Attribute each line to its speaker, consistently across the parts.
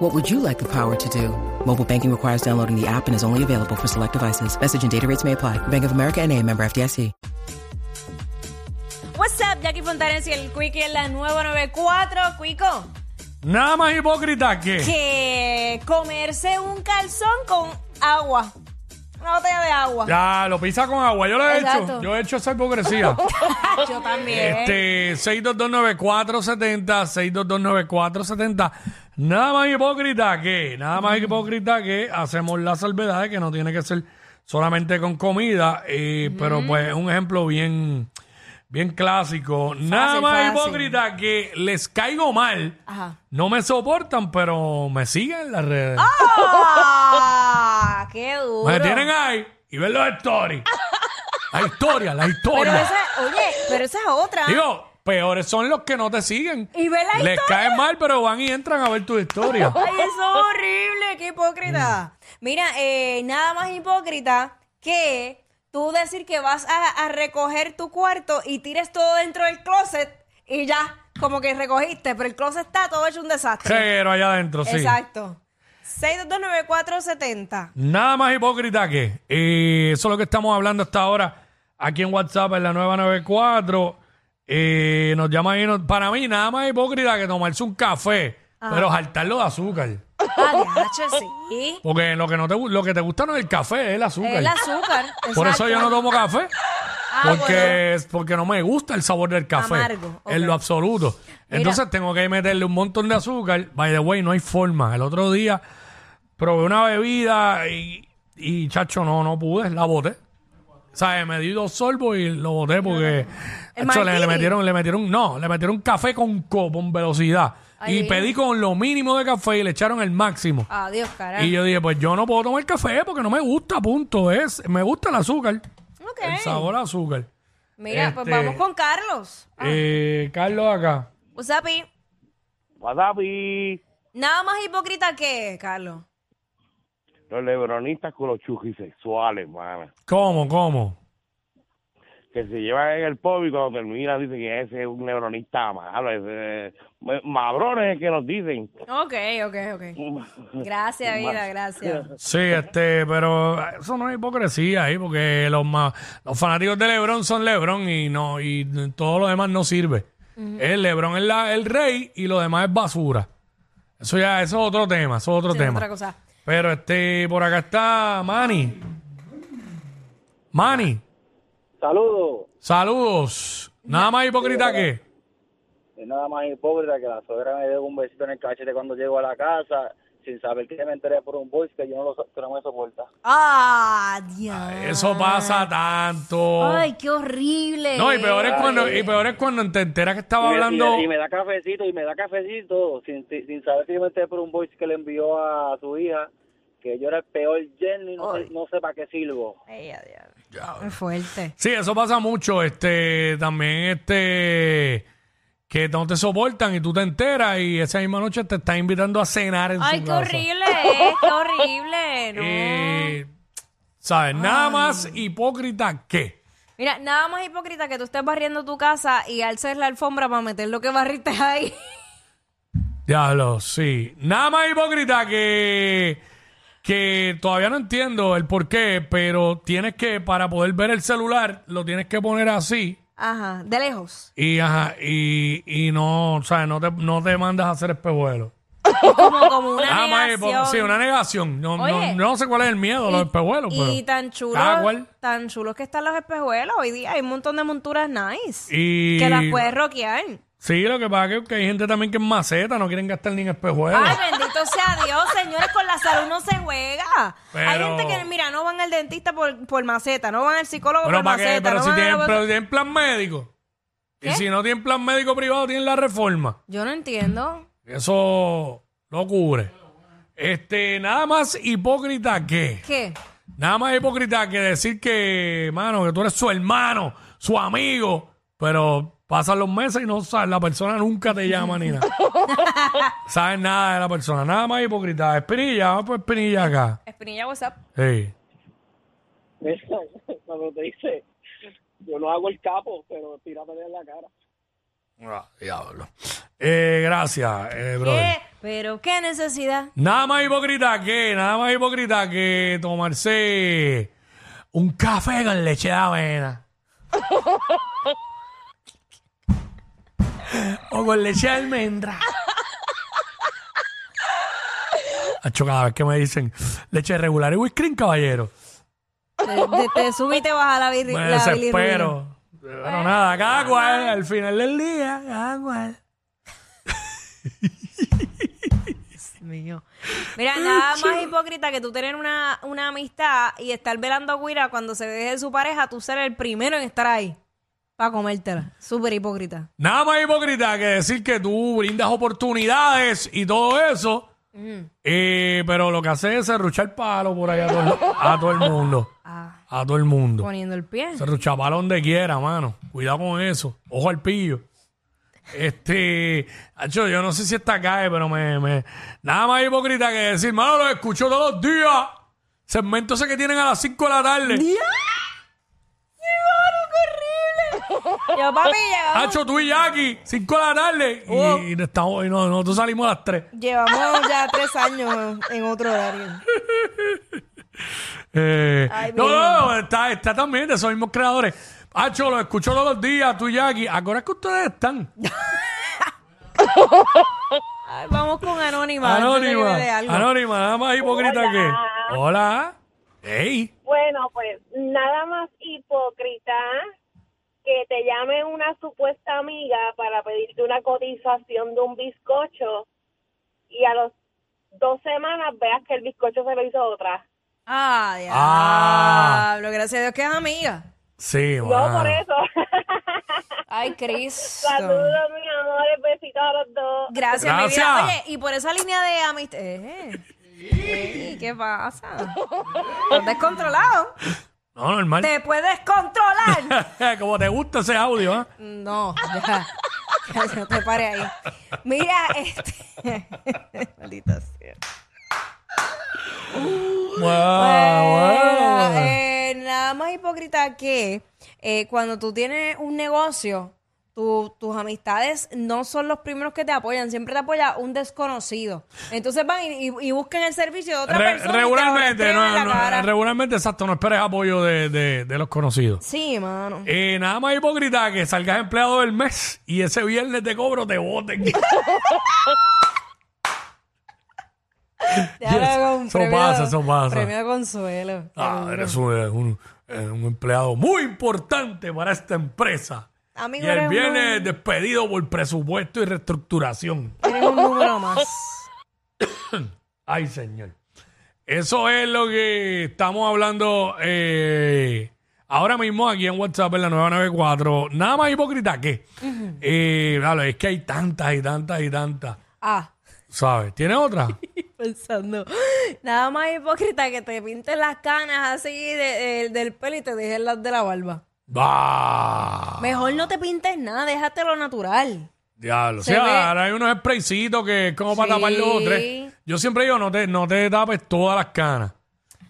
Speaker 1: What would you like the power to do? Mobile banking requires downloading the app and is only available for select devices. Message and data rates may apply. Bank of America and a member FDIC.
Speaker 2: What's up, Jackie Fontanes y el Quickie en la nueva 94. Cuico,
Speaker 3: Nada más hipócrita que.
Speaker 2: que comerse un calzón con agua. Una botella de agua.
Speaker 3: Ya, lo pisa con agua. Yo lo he
Speaker 2: Exacto.
Speaker 3: hecho. Yo he hecho esa hipocresía.
Speaker 2: Yo también.
Speaker 3: este, 6229470, 6229470. Nada más hipócrita que. Nada más hipócrita que hacemos la salvedad de que no tiene que ser solamente con comida. eh, Pero pues es un ejemplo bien. Bien clásico. Nada más
Speaker 2: fácil.
Speaker 3: hipócrita que les caigo mal.
Speaker 2: Ajá.
Speaker 3: No me soportan, pero me siguen en las redes.
Speaker 2: ¡Ah! ¡Qué duro!
Speaker 3: Me tienen ahí y ven los stories. La historia, la
Speaker 2: pero
Speaker 3: historia.
Speaker 2: esa, oye, pero esa es otra.
Speaker 3: Digo, peores son los que no te siguen.
Speaker 2: Y ven la
Speaker 3: Les
Speaker 2: historia.
Speaker 3: caen mal, pero van y entran a ver tu historia.
Speaker 2: Ay, eso es horrible, qué hipócrita.
Speaker 3: Mm.
Speaker 2: Mira, eh, nada más hipócrita que tú decir que vas a, a recoger tu cuarto y tires todo dentro del closet y ya, como que recogiste, pero el closet está todo hecho un desastre.
Speaker 3: Ceguero allá adentro, sí.
Speaker 2: Exacto. 6229470.
Speaker 3: Nada más hipócrita que. eh, eso es lo que estamos hablando hasta ahora aquí en WhatsApp, en la 994. Eh, nos llama ahí. nos- para mí, nada más hipócrita que tomarse un café, pero saltarlo de azúcar.
Speaker 2: Ah, diache, sí.
Speaker 3: Porque lo que, no te, gu- lo que te gusta no es el café, es el azúcar.
Speaker 2: El azúcar.
Speaker 3: Por eso
Speaker 2: exacto.
Speaker 3: yo no tomo café.
Speaker 2: Ah, bueno.
Speaker 3: Porque, porque no me gusta el sabor del café.
Speaker 2: Amargo, ok.
Speaker 3: En lo absoluto. Entonces tengo que meterle un montón de azúcar. By the way, no hay forma. El otro día probé una bebida y, y, chacho, no, no pude. La boté. ¿Sabes? Me di dos sorbos y lo boté porque.
Speaker 2: ¿El
Speaker 3: Chacho, le, le
Speaker 2: martini?
Speaker 3: metieron, le metieron, no, le metieron café con copo, con velocidad. Y pedí con lo mínimo de café y le echaron el máximo.
Speaker 2: Adiós, carajo.
Speaker 3: Y yo dije, pues yo no puedo tomar café porque no me gusta, punto. Es, me gusta el azúcar.
Speaker 2: Ok.
Speaker 3: El sabor a azúcar.
Speaker 2: Mira, pues
Speaker 3: Este,
Speaker 2: vamos con Carlos. Ah,
Speaker 3: Eh, Carlos acá.
Speaker 2: Usapi,
Speaker 4: Wasabi,
Speaker 2: nada más hipócrita que, Carlos.
Speaker 4: los lebronistas con los chujisexuales, mana,
Speaker 3: ¿Cómo, cómo?
Speaker 4: que se llevan en el pub y cuando termina dicen que ese es un lebronista malo, ese es- mabrones es que nos dicen.
Speaker 2: Ok, ok, ok. Gracias, vida, gracias.
Speaker 3: Sí, este, pero eso no es hipocresía ahí, porque los ma- los fanáticos de Lebron son Lebron y no, y todo lo demás no sirve. El Lebron es la- el rey y lo demás es basura. Eso ya, eso es otro tema, eso es otro
Speaker 2: Sí,
Speaker 3: tema.
Speaker 2: otra cosa.
Speaker 3: Pero este, por acá está Manny. Manny,
Speaker 5: Saludos.
Speaker 3: saludos. Nada más hipócrita que.
Speaker 5: Es nada más hipócrita que la suegra me dé un besito en el cachete cuando llego a la casa sin saber que me enteré por un voice que yo no, lo, so- que no me soporta.
Speaker 2: Ah, diablo.
Speaker 3: Eso pasa tanto.
Speaker 2: Ay, qué horrible.
Speaker 3: No, y peor es cuando, y peor es cuando te enteras que estaba
Speaker 5: Y me- y
Speaker 3: hablando.
Speaker 5: me- Y, me da cafecito y me da cafecito sin, sin sin saber que yo me enteré por un voice que le envió a su hija que yo era el peor Jenny, no, sé, no sé para qué sirvo.
Speaker 2: Ay, adiós. Muy fuerte.
Speaker 3: Sí, eso pasa mucho. Este, también este que no te soportan y tú te enteras y esa misma noche te están invitando a cenar en
Speaker 2: Ay,
Speaker 3: su
Speaker 2: qué
Speaker 3: casa.
Speaker 2: horrible, eh, qué horrible. No.
Speaker 3: Eh, ¿Sabes? Nada más hipócrita que.
Speaker 2: Mira, nada más hipócrita que tú estés barriendo tu casa y alces la alfombra para meter lo que barriste ahí.
Speaker 3: Diablo, sí. Nada más hipócrita que que todavía no entiendo el por qué, pero tienes que para poder ver el celular lo tienes que poner así.
Speaker 2: Ajá, de lejos.
Speaker 3: Y, ajá, y, y no, o sea, no te, no te mandas a hacer espejuelo.
Speaker 2: Como, como una
Speaker 3: Ah, mae, po-
Speaker 2: negación.
Speaker 3: sí, una negación. No,
Speaker 2: Oye.
Speaker 3: no, no sé cuál es el miedo a los espejuelos, pero.
Speaker 2: Y tan
Speaker 3: cada
Speaker 2: chulos,
Speaker 3: cual.
Speaker 2: tan chulos que están los espejuelos. Hoy día hay un montón de monturas nice
Speaker 3: Y-
Speaker 2: que las puedes rockear.
Speaker 3: Sí, lo que pasa es que hay gente también que es maceta, no quieren gastar ni en espejuelos.
Speaker 2: Ay, bendito sea Dios, señores, con la salud no se juega. Hay
Speaker 3: Pero-
Speaker 2: gente que, mira, no van al dentista por, por maceta, no van al psicólogo
Speaker 3: pero
Speaker 2: por
Speaker 3: para
Speaker 2: pues maceta.
Speaker 3: qué, pero
Speaker 2: no
Speaker 3: si
Speaker 2: van a-
Speaker 3: tienen, pero si tienen plan médico.
Speaker 2: ¿Qué?
Speaker 3: Y si no tienen plan médico privado, tienen la reforma.
Speaker 2: Yo no entiendo.
Speaker 3: Eso lo cubre. Este, nada más hipócrita que.
Speaker 2: ¿Qué?
Speaker 3: Nada más hipócrita que decir que, mano, que tú eres su hermano, su amigo, pero pasan los meses y no sabes, la persona nunca te llama ni nada. sabes nada de la persona, nada más hipócrita. Espinilla, vamos por espinilla acá.
Speaker 2: Espinilla WhatsApp.
Speaker 3: Sí.
Speaker 5: Mira, cuando te dice, yo no hago el capo, pero tírame en la cara.
Speaker 3: Ah, diablo. Eh, gracias, eh, brother.
Speaker 2: ¿Qué? Pero qué necesidad.
Speaker 3: Nada más hipócrita que, nada más hipócrita que tomarse un café con leche de avena. o con leche de almendra. Acho, cada vez que me dicen leche regular y whisky, cream, caballero.
Speaker 2: Te, te- te subí y te baja la, birri,
Speaker 3: Me
Speaker 2: la bilirrubina.
Speaker 3: desespero. Bueno, nada, cada cual, al final del día, cada cual.
Speaker 2: Dios mío. Mira, nada más hipócrita que tú tener una, una amistad y estar velando a Guira cuando se deje de su pareja, tú ser el primero en estar ahí para comértela. Súper hipócrita.
Speaker 3: Nada más hipócrita que decir que tú brindas oportunidades y todo eso, eh, pero lo que haces es serruchar palo por ahí a todo, el- a todo el mundo.
Speaker 2: Ah,
Speaker 3: A todo el mundo.
Speaker 2: poniendo el pie.
Speaker 3: Serruchar palo donde quiera, mano. Cuidado con eso. Ojo al pillo. Este, Hacho, yo no sé si esta cae, pero me, me- Nada más hipócrita que decir, mano, los escucho todos los días. Segmento ese que tienen a las 5 de la tarde.
Speaker 2: Yo, papi, llegamos,
Speaker 3: Hacho, tú y Jackie, 5 de la tarde. Y- Y, no estamos, y no, nosotros salimos a las 3.
Speaker 2: llevamos ya tres años en otro horario.
Speaker 3: Eh,
Speaker 2: Ay,
Speaker 3: no,
Speaker 2: bien.
Speaker 3: no, no, está, está también de esos mismos creadores. Hacho, lo escucho todos los días, tú y Jackie. ¿A qué hora es que ustedes están?
Speaker 2: Ay, vamos con Anónima. antes de que
Speaker 3: Anónima.
Speaker 2: me dé algo.
Speaker 3: Anónima, nada más hipócrita
Speaker 6: Hola.
Speaker 3: que. Hola. Ey.
Speaker 6: Bueno, pues nada más hipócrita que te llame una supuesta amiga para pedirte una cotización de un bizcocho y a los dos semanas veas que el bizcocho se lo hizo otra.
Speaker 2: Ah,
Speaker 3: Ah.
Speaker 2: diablo. Gracias a Dios que es amiga.
Speaker 3: Sí,
Speaker 6: No
Speaker 3: mano.
Speaker 6: por eso.
Speaker 2: Ay, Cristo.
Speaker 6: Saludos, mis amores, besitos a los dos.
Speaker 2: Gracias, mi
Speaker 3: Gracias.
Speaker 2: vida. Oye, y por esa línea de amistad. Eh, eh, ¿Qué pasa? Estás descontrolado.
Speaker 3: No, normal.
Speaker 2: ¿Te puedes controlar?
Speaker 3: Como te gusta ese audio, ¿ah?
Speaker 2: No, ya. Ya, ya, te pare ahí. Mira, este. Maldita sea.
Speaker 3: Wow, wow.
Speaker 2: Pues, Eh, nada más hipócrita que eh, cuando tú tienes un negocio, tu- tus amistades no son los primeros que te apoyan, siempre te apoya un desconocido. Entonces van y, y- y buscan el servicio de otra
Speaker 3: Re-
Speaker 2: persona. y te lo
Speaker 3: regularmente,
Speaker 2: restregan en
Speaker 3: no,
Speaker 2: la
Speaker 3: no,
Speaker 2: cara.
Speaker 3: regularmente, exacto, no esperes apoyo de, de- de los conocidos.
Speaker 2: Sí, mano.
Speaker 3: Eh, nada más hipócrita que salgas empleado del mes y ese viernes de cobro te voten.
Speaker 2: Ya lo hago un
Speaker 3: eso
Speaker 2: premio-
Speaker 3: pasa, eso pasa.
Speaker 2: Premio de consuelo.
Speaker 3: Ah, eres un, eh, un- eh, un empleado muy importante para esta empresa.
Speaker 2: Amigo,
Speaker 3: y él
Speaker 2: eres
Speaker 3: viene
Speaker 2: un-
Speaker 3: despedido por presupuesto y reestructuración.
Speaker 2: Eres un número más.
Speaker 3: Ay, señor. Eso es lo que estamos hablando eh, ahora mismo aquí en WhatsApp en la 994. Nada más hipócrita que. Eh, claro, es que hay tantas y tantas y tantas.
Speaker 2: Ah.
Speaker 3: ¿Sabes? ¿Tiene otra?
Speaker 2: pensando, nada más hipócrita que te pintes las canas así de- de- del pelo y te dejes las de la barba.
Speaker 3: ¡Bah!
Speaker 2: Mejor no te pintes nada, déjate lo natural.
Speaker 3: Diablo.
Speaker 2: Se
Speaker 3: Sí,
Speaker 2: ve-
Speaker 3: ahora hay unos spraycitos que es como para
Speaker 2: Sí.
Speaker 3: tapar los tres. Yo siempre digo, no te, no te tapes todas las canas.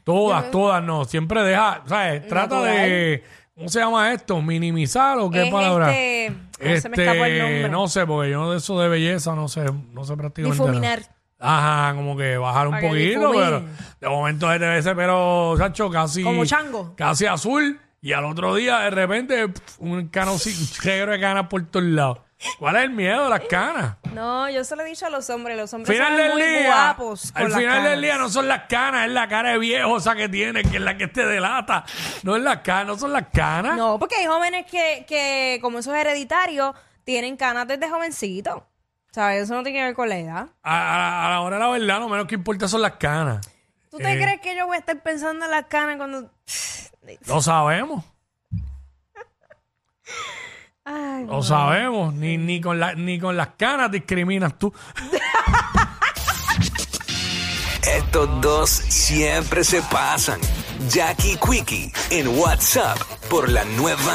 Speaker 3: Todas, todas, no. Siempre deja, ¿sabes? Trata de, ¿cómo se llama esto? ¿Minimizar o qué
Speaker 2: Es
Speaker 3: palabra?
Speaker 2: este- no, se me escapó el
Speaker 3: Este,
Speaker 2: nombre.
Speaker 3: No sé, porque yo de eso de belleza no sé, no sé prácticamente nada.
Speaker 2: Difuminar.
Speaker 3: Ajá, como que bajar un
Speaker 2: Para que
Speaker 3: poquito, pero
Speaker 2: difumine.
Speaker 3: de momento este ese pero, Sancho, casi...
Speaker 2: Como chango.
Speaker 3: Casi azul. Y al otro día, de repente, pf, un cano negro de canas por todos lados. ¿Cuál es el miedo de las canas?
Speaker 2: No, yo se lo he dicho a los hombres, los hombres
Speaker 3: Final
Speaker 2: son
Speaker 3: del
Speaker 2: muy
Speaker 3: día.
Speaker 2: guapos. con
Speaker 3: al
Speaker 2: las
Speaker 3: final
Speaker 2: canas.
Speaker 3: del día no son las canas, es la cara de viejo esa que tiene, que es la que te delata. No es la cana, no son las canas.
Speaker 2: No, porque hay jóvenes que, que como eso es hereditario, tienen canas desde jovencito. ¿Sabes? Eso no tiene que ver con la edad.
Speaker 3: A, a- a la hora de la verdad, lo menos que importa son las canas.
Speaker 2: ¿Tú te
Speaker 3: Eh.
Speaker 2: crees que yo voy a estar pensando en las canas cuando...
Speaker 3: Lo sabemos.
Speaker 2: Ay,
Speaker 3: Lo sabemos, ni, ni, con la- ni con las canas discriminas tú.
Speaker 7: Estos dos siempre se pasan. Jackie Quickie en WhatsApp por la nueva